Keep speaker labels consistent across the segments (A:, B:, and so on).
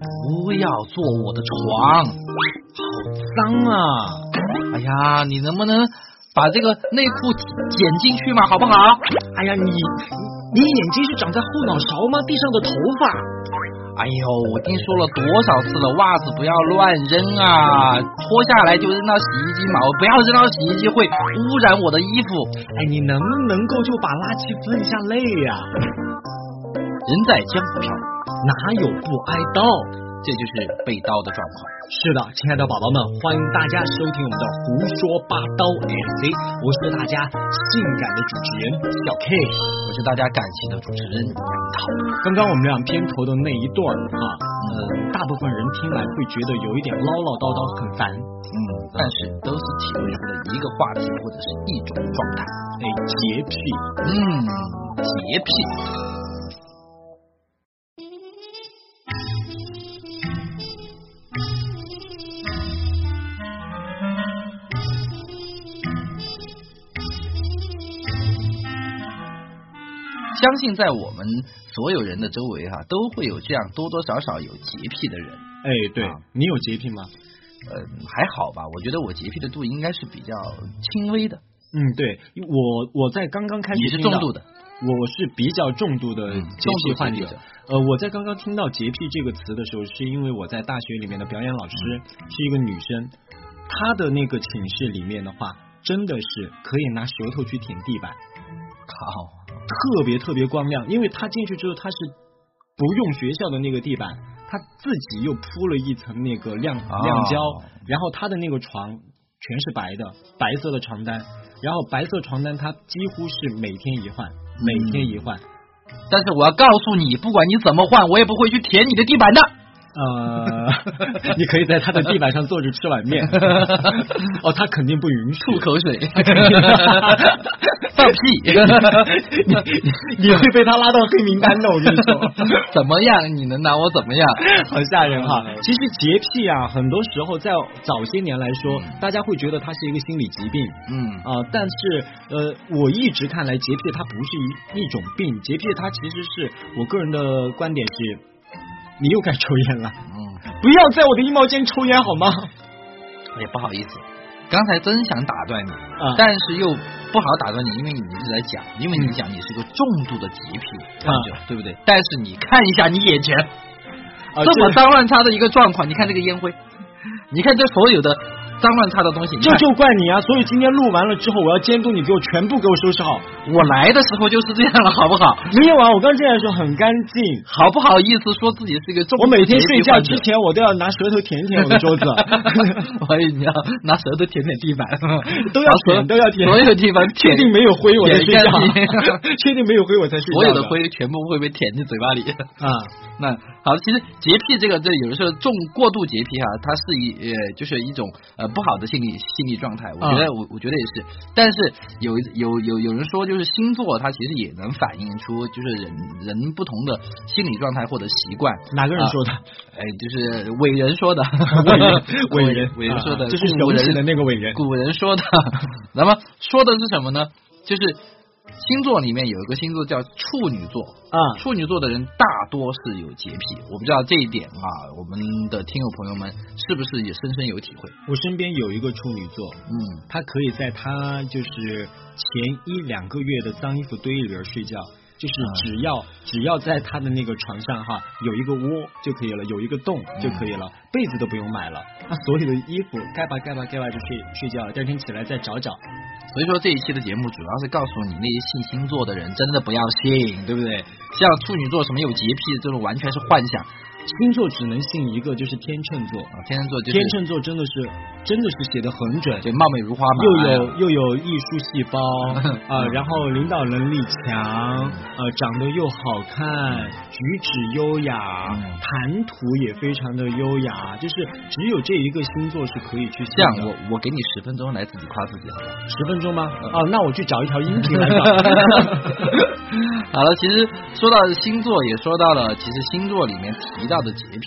A: 不要坐我的床，好脏啊！哎呀，你能不能把这个内裤剪进去嘛，好不好？
B: 哎呀，你你眼睛是长在后脑勺吗？地上的头发，
A: 哎呦，我听说了多少次了，袜子不要乱扔啊，脱下来就扔到洗衣机嘛，我不要扔到洗衣机会污染我的衣服。
B: 哎，你能不能够就把垃圾分一下类呀、
A: 人在江湖飘，
B: 哪有不挨刀？
A: 这就是被刀的状况。
B: 是的，亲爱的宝宝们，欢迎大家收听我们的胡说八道 MC，我是大家性感的主持人小 K。
A: 我是大家感谢的主持人杨涛。
B: 刚刚我们俩片头的那一段儿啊，呃，大部分人听来会觉得有一点唠唠叨叨，很烦。
A: 嗯，但是都是体现出了一个话题或者是一种状态。
B: 哎，洁癖，
A: 嗯，洁癖。相信在我们所有人的周围哈、啊都会有这样多多少少有洁癖的人。
B: 哎，对、你有洁癖吗？
A: 呃，还好吧，我觉得我洁癖的度应该是比较轻微的，
B: 嗯，对我我在刚刚开始
A: 你是
B: 听到
A: 重度的，
B: 我是比较呃重度的
A: 嗯
B: 洁癖患者
A: 重度洁癖者。
B: 呃，我在刚刚听到“洁癖”这个词的时候，是因为我在大学里面的表演老师
A: 嗯
B: 是一个女生，她的那个寝室里面的话，真的是可以拿舌头去舔地板，
A: 好。
B: 特别特别光亮。因为她进去之后，她是不用学校的那个地板，她自己又铺了一层那个亮
A: 哦
B: 亮胶，然后她的那个床全是白的，白色的床单，然后白色床单她几乎是每天一换，每天一换。
A: 但是我要告诉你，不管你怎么换，我也不会去舔你的地板的。
B: 呃， 你可以在他的地板上坐着吃碗面。哦，他肯定不允许。
A: 吐口水， 放屁！
B: 你你会被他拉到黑名单的，我跟你说，
A: 怎么样？你能拿我怎么样？
B: 好吓人哈！其实洁癖啊，很多时候在早些年来说，大家会觉得它是一个心理疾病
A: 嗯，
B: 啊、但是呃，我一直看来洁癖它不是一一种病，洁癖它其实是我个人的观点是，你又该抽烟了，
A: 嗯，
B: 不要在我的衣帽间抽烟好吗？啊
A: 也不好意思，刚才真想打断你，
B: 啊、
A: 但是又不好打断你，因为你一直在讲，因为你讲你是个重度的洁癖患者，对不对？但是你看一下你眼前
B: 啊
A: 这么
B: 这
A: 脏乱差的一个状况，你看这个烟灰，你看这所有的脏乱差的东西，你
B: 这
A: 看
B: 就怪你啊！所以今天录完了之后，我要监督你给我全部给我收拾好。
A: 我来的时候就是这样了， 好不好？
B: 没有啊，我刚进来的时候很干净。
A: 好不好意思说自己是个重度
B: 我每天
A: 洁
B: 睡
A: 癖
B: 觉
A: 患者
B: 之前，我都要拿舌头舔一舔我的桌 子，
A: 我以为你要拿舌头舔舔地板，
B: 都要
A: 拿舌
B: 舔，都要舔。
A: 所有地方
B: 确
A: 舔，
B: 定没有灰我才睡觉
A: 舔干净，
B: 确定没有灰我才睡觉。
A: 所有的灰全部会被舔进嘴巴里。
B: 啊，
A: 那好，其实洁癖这个，这有的时候重过度洁癖哈、它是一呃，就是一种呃不好的心理心理状态。我
B: 啊
A: 觉得我、我觉得也是，但是有有有有人说，就是星座它其实也能反映出就是人人不同的心理状态或者习惯。
B: 哪个人说的？
A: 哎，就是伟人说的，
B: 伟人，伟人，
A: 伟人说的，
B: 啊就是
A: 古
B: 雄
A: 人
B: 起的那个伟人。
A: 古人说的，那么说的是什么呢？就是星座里面有一个星座叫处女座，
B: 啊
A: 处女座的人大多是有洁癖。我不知道这一点啊，我们的听友朋友们是不是也深深有体会？
B: 我身边有一个处女座，
A: 嗯，
B: 他可以在他就是前一两个月的脏衣服堆里边睡觉，就是只要、只要在他的那个床上哈有一个窝就可以了，有一个洞就可以了，被子都不用买了，他所有的衣服盖吧盖吧盖吧就睡睡觉了，第二天起来再找找。
A: 所以说这一期的节目主要是告诉你那些信星座的人真的不要信，对不对？像处女座什么有洁癖这种完全是幻想
B: 星座只能信一个，就是天秤座。
A: 啊。天秤座就是
B: 天秤座真的是真的是写的很准，
A: 对貌美如花嘛，
B: 又
A: 哎
B: 有又有艺术细 胞啊、然后领导能力强，呃，长得又好看，举止优雅，
A: 嗯
B: 谈吐也非常的优雅，就是只有这一个星座是可以去信
A: 这样，
B: 的
A: 我我给你十分钟来自己夸自己好啊了。
B: 十分钟吗？
A: 嗯
B: 哦，那我去找一条音频来找。
A: 好了，其实说到星座，也说到了，其实星座里面提到的洁癖，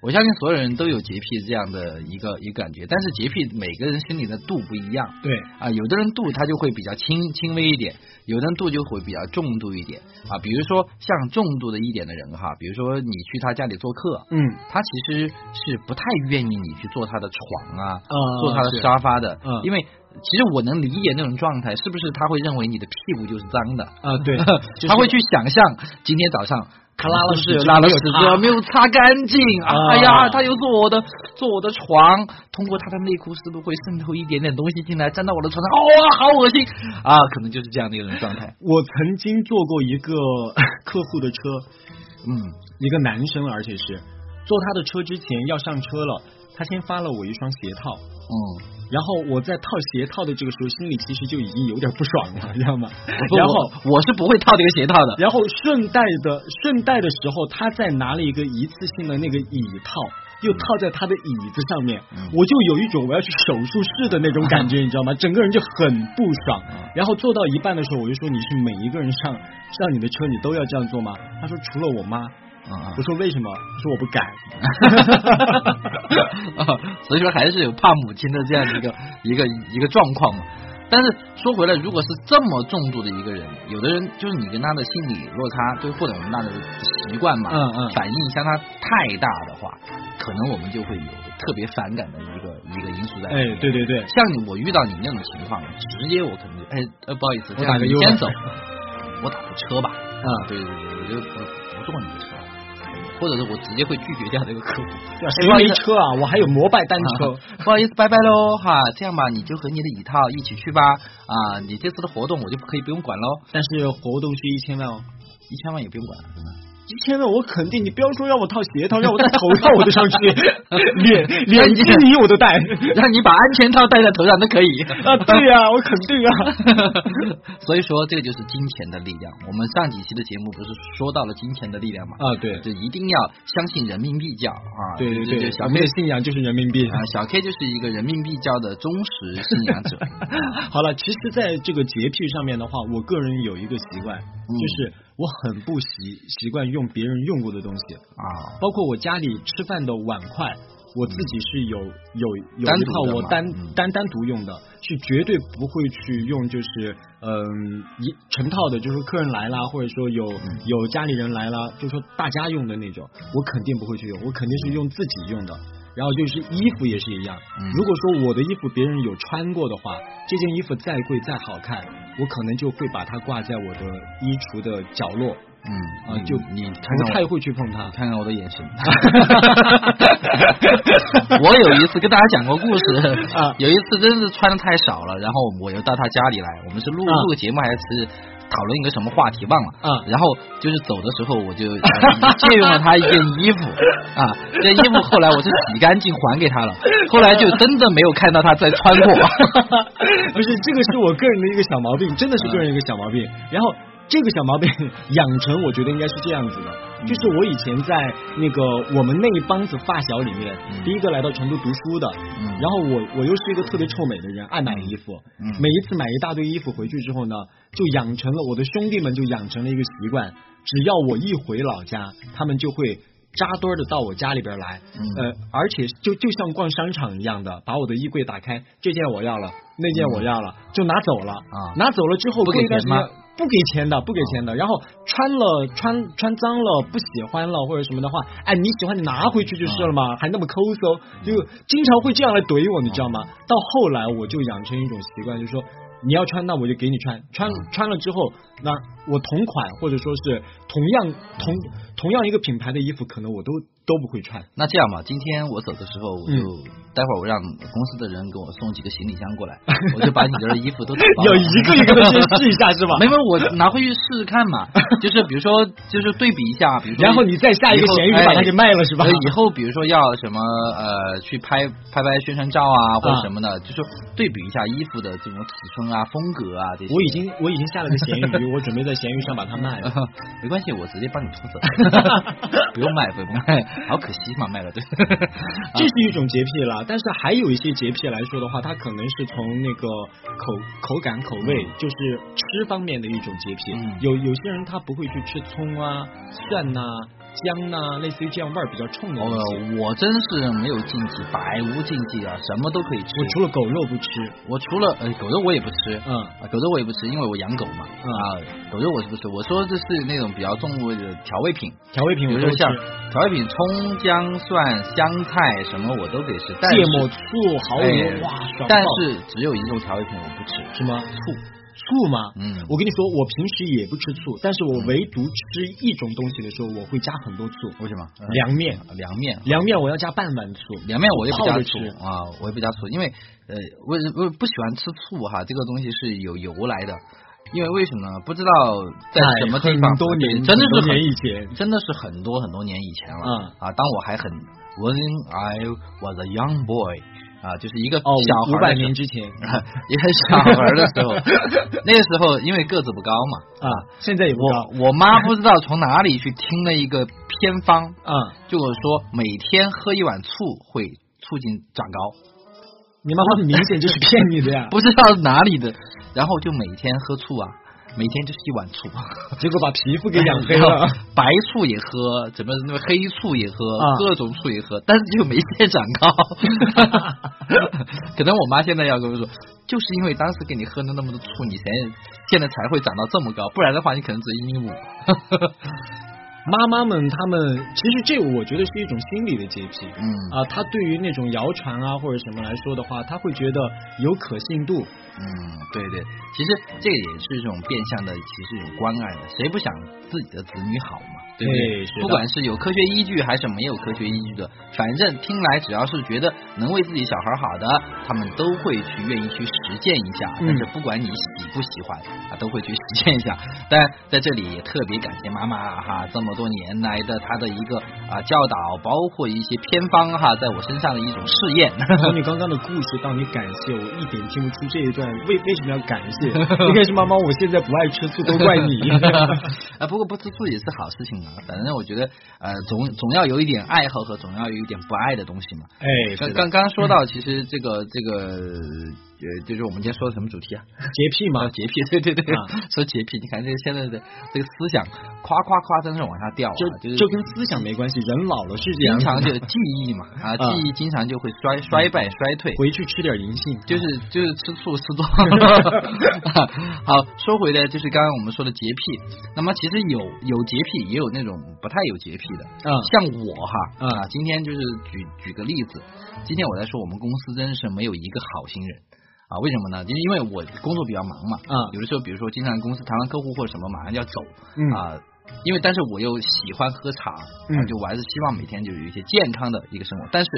A: 我相信所有人都有洁癖这样的一个一个感觉，但是洁癖每个人心里的度不一样
B: 对，
A: 啊，有的人度他就会比较轻轻微一点，有的人度就会比较重度一点啊，比如说像重度的一点的人哈，比如说你去他家里做客，
B: 嗯，
A: 他其实是不太愿意你去坐他的床啊，
B: 啊，
A: 坐他的
B: 是
A: 沙发的，
B: 嗯
A: 因为其实我能理解那种状态，是不是他会认为你的屁股就是脏的？
B: 啊， 对，就是
A: 他会去想象今天早上
B: 他拉了
A: 是不
B: 屎
A: 是拉了屎
B: 没
A: 之
B: 有
A: 后
B: 擦
A: 没有擦干净，
B: 啊
A: 哎呀，他又坐我的坐我的床，通过他的内裤是不是会渗透一点点东西进来，沾到我的床上，哦，好恶心啊！可能就是这样的一种状态，
B: 我曾经坐过一个 客户的车，
A: 嗯，
B: 一个男生，而且是坐他的车之前要上车了，他先发了我一双鞋套，
A: 嗯，
B: 然后我在套鞋套的这个时候，心里其实就已经有点不爽了，你知道吗？
A: 哦不
B: 然后。
A: 我我是不会套这个鞋套的，
B: 然后顺带的顺带的时候，他再拿了一个一次性的那个椅套，又套在他的椅子上面，
A: 嗯
B: 我就有一种我要去手术室的那种感觉，你知道吗？整个人就很不爽。然后做到一半的时候，我就说你是每一个人上上你的车，你都要这样做吗？他说除了我妈。
A: 啊、
B: 我说为什么？他说我不敢。
A: 所以说还是有怕母亲的这样的一 个一个一个状况嘛。但是说回来，如果是这么重度的一个人，有的人就是你跟他的心理落差，对或者我们那的习惯嘛，
B: 嗯嗯
A: 反应相差太大的话，可能我们就会有特别反感的一个一个因素在里
B: 哎
A: 面。，
B: 对对对，
A: 像你我遇到你那种情况，直接我可能就哎呃不好意思，
B: 我
A: 这
B: 打
A: 样
B: 个
A: 你
B: U
A: 先
B: 吧
A: 走，我打个车吧。
B: 嗯，
A: 对对对，我就我不坐你的车，或者是我直接会拒绝这样的一个客户。
B: 谁没车啊？我还有摩拜单车。
A: 不好意思，拜拜喽哈，这样吧，你就和你的椅套一起去吧啊，你这次的活动我就可以不用管喽，
B: 但是活动是一千万哦，
A: 一千万也不用管。
B: 一千万我肯定，你不要说让我套鞋套，让我戴头套我都 上去， 脸
A: 那
B: 脸
A: 你
B: 基尼我都 戴。
A: 让你把安全套戴在头上都可以。
B: 啊，对呀、我肯定啊。
A: 所以说，这个就是金钱的力量。我们上几期的节目不是说到了金钱的力量嘛？
B: 啊，对
A: 就一定要相信人民币教啊！
B: 对对
A: 就
B: 对
A: 就，小
B: 我们
A: K
B: 的信仰就是人民币。
A: 啊，小 K 就是一个人民币教的忠实信仰 者。
B: 好了，其实在这个洁癖上面的话，我个人有一个习惯，就是我很不习习惯用别人用过的东西，
A: 啊，
B: 包括我家里吃饭的碗筷。我自己是有有有
A: 单
B: 一
A: 独
B: 套
A: 的
B: 我
A: 嘛
B: 单
A: 嗯
B: 单单独用的，是绝对不会去用，就是嗯一成套的，就是客人来啦，或者说有有家里人来啦，就说大家用的那种，我肯定不会去用，我肯定是用自己用的。然后就是衣服也是一样，
A: 嗯
B: 如果说我的衣服别人有穿过的话，这件衣服再贵再好看，我可能就会把它挂在我的衣橱的角落
A: 嗯
B: 啊，就
A: 你看看
B: 不
A: 我
B: 太会去碰它
A: 看看我的眼神。 我有一次跟大家讲过故事
B: 啊
A: 有一次真是穿的太少了，然后我又到他家里来，我们是录
B: 啊
A: 录个节目还是讨论一个什么话题忘了。
B: 啊。
A: 然后就是走的时候，我就、呃借用了他一件衣服啊，这件衣服后来我是洗干净还给他了，后来就真的没有看到他再穿 过。
B: 不是，这个是我个人的一个小毛病，真的是个人一个小毛病。然后这个小毛病养成，我觉得应该是这样子的，就是我以前在那个我们那一帮子发小里面，
A: 嗯
B: 第一个来到成都读书的，
A: 嗯
B: 然后我我又是一个特别臭美的人，爱买衣服，
A: 嗯
B: 每一次买一大堆衣服回去之后呢，就养成了我的兄弟们就养成了一个习惯，只要我一回老家，他们就会。扎堆的到我家里边来，
A: 嗯
B: 呃，而且就就像逛商场一样的，把我的衣柜打开，这件我要了，那件我要了，就拿走了。
A: 啊
B: 拿走了之后
A: 不给
B: 过一段时
A: 钱吗
B: 间不给钱的，不给钱的。然后穿了穿穿脏了，不喜欢了或者什么的话，哎，你喜欢你拿回去就是了嘛，还那么抠搜，就经常会这样来怼我，你知道吗？到后来我就养成一种习惯，就是说。你要穿，那我就给你穿。穿穿了之后，那我同款或者说是同样同同样一个品牌的衣服，可能我都都不会 穿。
A: 那这样吧，今天我走的时候，我就、
B: 嗯
A: 待会儿我让公司的人给我送几个行李箱过 来，我就把你这儿衣服都
B: 有一个一个的先试一下 是吧？
A: 没有，我拿回去试试看 嘛。就是比如说，就是对比一下，比如说，
B: 然后你哎再下一个闲鱼
A: 以后
B: 把它给卖了是吧
A: 所以？以后比如说要什么呃，去拍拍拍宣传照啊，或者什么的，就是对比一下衣服的这种尺寸啊、风格啊这些。
B: 我已经我已经下了个闲鱼，我准备在闲鱼上把它卖了。
A: 没关系，我直接帮你充值， 不用卖，不用卖，好可惜嘛，卖了对。
B: 这是一种洁癖了，但是还有一些洁癖来说的话，它可能是从那个口口感、口味，就是吃方面的一种洁癖。
A: 嗯
B: 有有些人他不会去吃葱啊、蒜呐、姜呐、类似于这样味儿比较冲的
A: 哦
B: 东西。，
A: 我真是没有禁忌，百无禁忌啊，什么都可以吃。
B: 我除了狗肉不吃，
A: 我除了呃狗肉我也不吃，
B: 嗯
A: 啊，狗肉我也不吃，因为我养狗嘛。
B: 嗯
A: 啊，狗肉我是不吃，我说这是那种比较重味的调味品，
B: 调味
A: 比
B: 品我
A: 如
B: 都
A: 说
B: 吃，
A: 像调味品，葱、姜、蒜、香菜什么我都可以吃，但是
B: 芥末、醋、蚝油，
A: 哎
B: 哇，爽爆
A: 但是只有一种调味品我不吃，
B: 什么醋？醋吗？
A: 嗯，
B: 我跟你说，我平时也不吃醋，但是我唯独吃一种东西的时候，我会加很多醋。
A: 为什么？呃
B: 凉面，
A: 凉面，
B: 凉面我要加半碗醋。
A: 凉面我也不
B: 泡
A: 加
B: 着
A: 醋
B: 吃
A: 啊，我也不加醋，因为呃，我我不喜欢吃醋哈，这个东西是有由来的，因为为什么呢？不知道在什么地方，
B: 哎很多年，
A: 真的是
B: 很
A: 很
B: 多年以前，
A: 真的是很多很多年以前了、
B: 嗯
A: 啊！当我还很 when I was a young boy 啊，就是一个
B: 哦，
A: 小
B: 五
A: 孩
B: 百
A: 儿的时候、
B: 年之前
A: 一个小孩儿的时 候，那个时候因为个子不高嘛，
B: 啊，现在也不高，
A: 我我妈不知道从哪里去听了一个偏方，
B: 嗯，
A: 就跟我说每天喝一碗醋会促进长高，
B: 你妈妈明显就是骗你 的呀，
A: 不知道哪里的，然后就每天喝醋啊，每天就是一碗醋。
B: 结果把皮肤给养黑
A: 然
B: 了
A: 后。白醋也喝，怎么那个黑醋也喝，
B: 啊
A: 各种醋也喝，但是就没见长高。 可能我妈现在要跟我说，就是因为当时给你喝了那么多醋，你才现在才会长到这么高，不然的话你可能只有一米五。
B: 妈妈们她们，其实这我觉得是一种心理的洁癖。
A: 嗯
B: 啊，她对于那种谣传啊或者什么来说的话，她会觉得有可信度。
A: 嗯，对对，其实这个也是一种变相的，其实有关爱的，谁不想自己的子女好嘛？对不
B: 对
A: 对？
B: 哎是的
A: 不管是有科学依据还是没有科学依据的，反正听来只要是觉得能为自己小孩好的，他们都会去愿意去实践一下。
B: 嗯
A: 但是不管你喜不喜欢， 啊，都会去实践一下。但在这里也特别感谢妈妈啊哈，这么多年来的她的一个啊教导，包括一些偏方哈，在我身上的一种试验。
B: 从你刚刚的故事到你感谢，我一点听不出这一段为为什么要感谢。应该是妈妈，我现在不爱吃醋，都怪 你。哎
A: 啊，不过不吃醋也是好事情啊。反正我觉得，呃，总总要有一点爱好和总要有一点不爱的东西嘛。
B: 哎，
A: 刚
B: 是的
A: 刚刚说到，其实这个这个呃，就是我们今天说的什么主题啊？
B: 洁癖嘛
A: 啊，，洁癖，对对对
B: 啊，
A: 说洁癖，你看这现在的这个思想，夸夸夸，真是往下掉啊，就
B: 这
A: 是
B: 这跟思想没关系，人老了是这样
A: 经
B: 子的。
A: 常就记忆嘛啊，
B: 啊嗯
A: 记忆经常就会衰衰败衰退。
B: 回去吃点银杏，
A: 就是就是吃醋吃 多了。好，说回来就是刚刚我们说的洁癖，那么其实有有洁癖，也有那种不太有洁癖的。
B: 嗯
A: 像我哈
B: 嗯
A: 啊，今天就是举举个例子，今天我在说我们公司真是没有一个好心人。啊，为什么呢？就是因为我工作比较忙嘛，
B: 嗯
A: 有的时候比如说经常公司谈完客户或者什么马上就要走，
B: 嗯
A: 啊，因为但是我又喜欢喝茶，
B: 嗯
A: 啊就我还是希望每天就有一些健康的一个生活。但是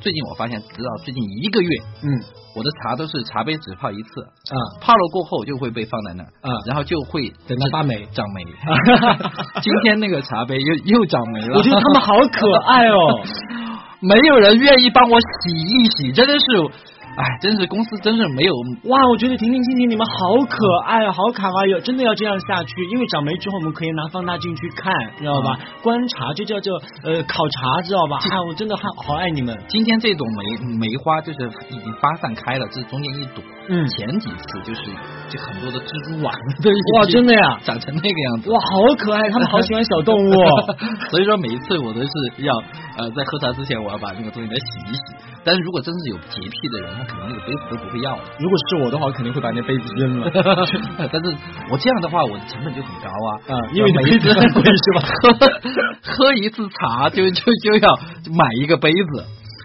A: 最近我发现，直到最近一个月，
B: 嗯
A: 我的茶都是茶杯只泡一次，
B: 啊
A: 泡了过后就会被放在那儿，
B: 啊，
A: 然后就会
B: 等它发霉。
A: 长霉。 今天那个茶杯又又长霉了，
B: 我觉得他们好可爱 哦，
A: 没有人愿意帮我洗一洗，真的是，哎，真是公司真是没有。
B: 哇！我觉得婷婷、静静你们好可爱哦，好卡哇伊哦，真的要这样下去，因为长霉之后我们可以拿放大镜去看，知道吧？观察，这叫叫呃考察，知道吧？啊，我真的好好爱你们。
A: 今天这朵梅梅花就是已经发散开了，这中间一朵。
B: 嗯
A: 前几次就是就很多的蜘蛛网，
B: 哇，真的呀，
A: 长成那个样子。
B: 哇，好可爱，他们好喜欢小动物哦。
A: 所以说每一次我都是要呃在喝茶之前我要把那个东西再洗一洗，但是如果真是有洁癖的人，他可能那个杯子都不会 要了。
B: 如果是我的话，我肯定会把那杯子 扔了。
A: 但是我这样的话，我的成本就很高啊，
B: 啊，因为那杯子很贵是吧？
A: 喝 一次茶就就就要买一个杯子。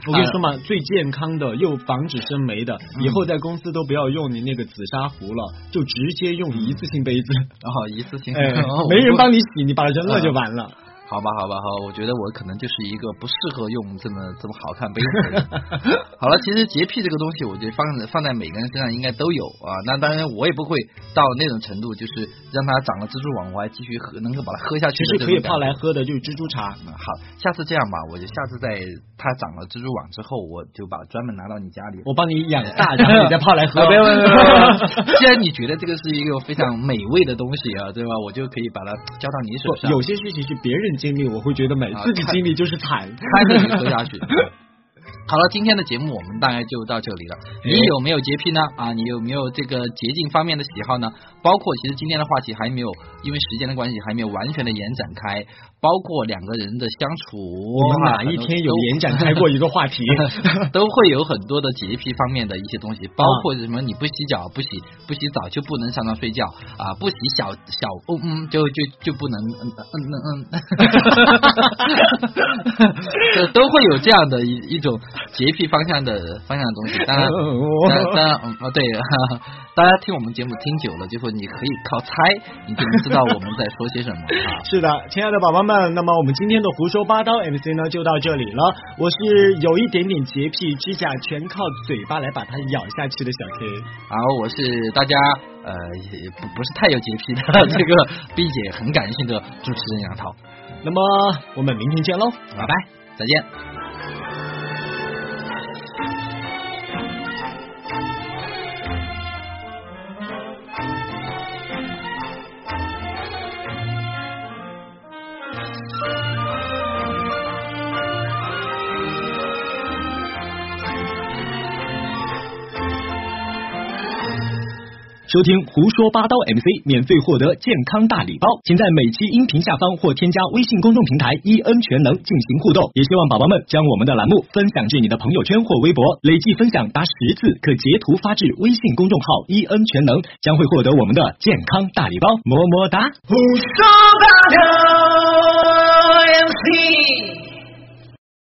B: 我跟你说嘛，最健康的又防止生霉的，以后在公司都不要用你那个紫砂壶了，就直接用一次性杯子，
A: 啊然后一次性，
B: 哎
A: 然后，我
B: 没人帮你洗，你把它扔了就完了。
A: 好吧，好吧，好，我觉得我可能就是一个不适合用这么这么好看杯子的人。 好了，其实洁癖这个东西，我觉得放在放在每个人身上应该都有啊。那当然，我也不会到那种程度，就是让它长了蜘蛛网，我还继续喝，能够把它喝下去
B: 其
A: 的这
B: 实可以
A: 种感
B: 泡
A: 觉。
B: 来喝的，就是蜘蛛茶。
A: 嗯好，下次这样吧，我就下次在它长了蜘蛛网之后，我就把专门拿到你家里。
B: 我帮你养大，然后你再泡来 喝。
A: 啊，没有没有没有没 有。既然你觉得这个是一个非常美味的东西啊，对吧？我就可以把它浇到你手
B: 不
A: 上，
B: 有些事情是别人经历，我会觉得美；
A: 啊
B: 自己
A: 看
B: 经历就是惨。
A: 开着你喝下 去。好了，今天的节目我们大概就到这里了。
B: 哎
A: 你有没有洁癖呢？啊，你有没有这个洁净方面的喜好呢？包括其实今天的话题还没有，因为时间的关系还没有完全的延展开，包括两个人的相处，
B: 我们
A: 啊
B: 哪一天有延展开过一个话题？
A: 都会有很多的洁癖方面的一些东西，包括什么你不洗脚、不洗不洗澡就不能上床睡觉啊，不洗小小嗯嗯就就就不能嗯嗯嗯嗯，这都会有这样的一一种洁癖方向的方向的东西。当然，当然，当然，嗯，哦，对，哈哈大家听我们节目听久了之后，你可以靠猜，你就能知道我们在说些什么啊。
B: 是的，亲爱的宝宝们，那么我们今天的胡说八道 MC 呢就到这里了。我是有一点点洁癖，指甲全靠嘴巴来把它咬下去的小 K。
A: 然后我是大家呃也不不是太有洁癖的 这个 B 姐很感性的主持人杨涛，
B: 那么我们明天见喽。
A: 拜拜，再见。
B: 收听《胡说八道》MC，免费获得健康大礼包，请在每期音频下方或添加微信公众平台 “EN 全能”进行互动。也希望宝宝们将我们的栏目分享至你的朋友圈或微博，累计分享达十次，可截图发至微信公众号 “EN 全能”，将会获得我们的健康大礼包，么么哒。
C: 胡说八道 MC。